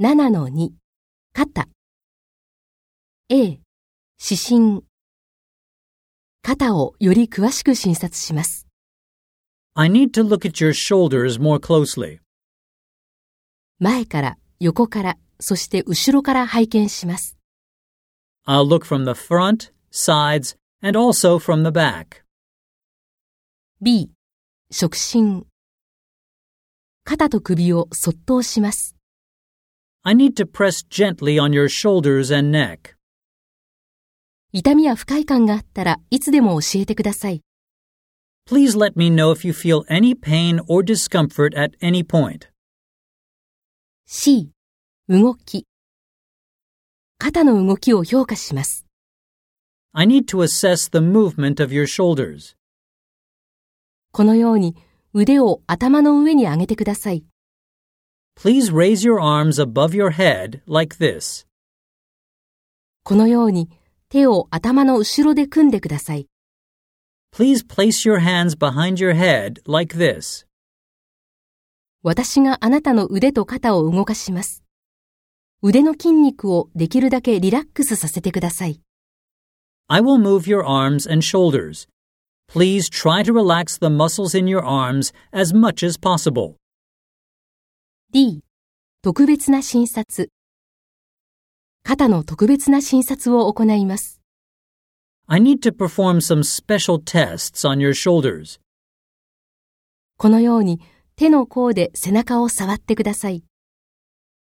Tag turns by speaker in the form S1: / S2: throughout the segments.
S1: 7-2、肩。A、指針。肩をより詳しく診察します。
S2: I need to look at your shoulders more closely.
S1: 前から、横から、そして後ろから拝見します。
S2: I'll look from the front, sides, and also from the back.
S1: B、触診。肩と首をそっと押します。
S2: I need to press gently on your shoulders and neck.
S1: 痛みや不快感があったらいつでも教えてください。
S2: Please let me know if you feel any pain or discomfort at any point.
S1: C、動き。肩の動きを評価します。
S2: I need to assess the movement of your shoulders.
S1: このように腕を頭の上に上げてください。
S2: Please raise your arms above your head like this.
S1: このように手を頭の後ろで組んでください。
S2: Please place your hands behind your head like this.
S1: 私があなたの腕と肩を動かします。腕の筋肉をできるだけリラックスさせてください。
S2: I will move your arms and shoulders. Please try to relax the muscles in your arms as much as possible.
S1: D、特別な診察。肩の特別な診察を行います。
S2: I need to perform some special tests on your shoulders.
S1: このように手の甲で背中を触ってください。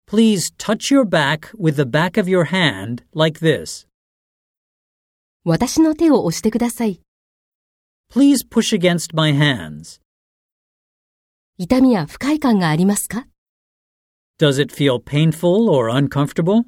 S2: Please touch your back with the back of your hand like this.
S1: 私の手を押してください。
S2: Please push against my hands.
S1: 痛みや不快感がありますか
S2: Does it feel painful or uncomfortable?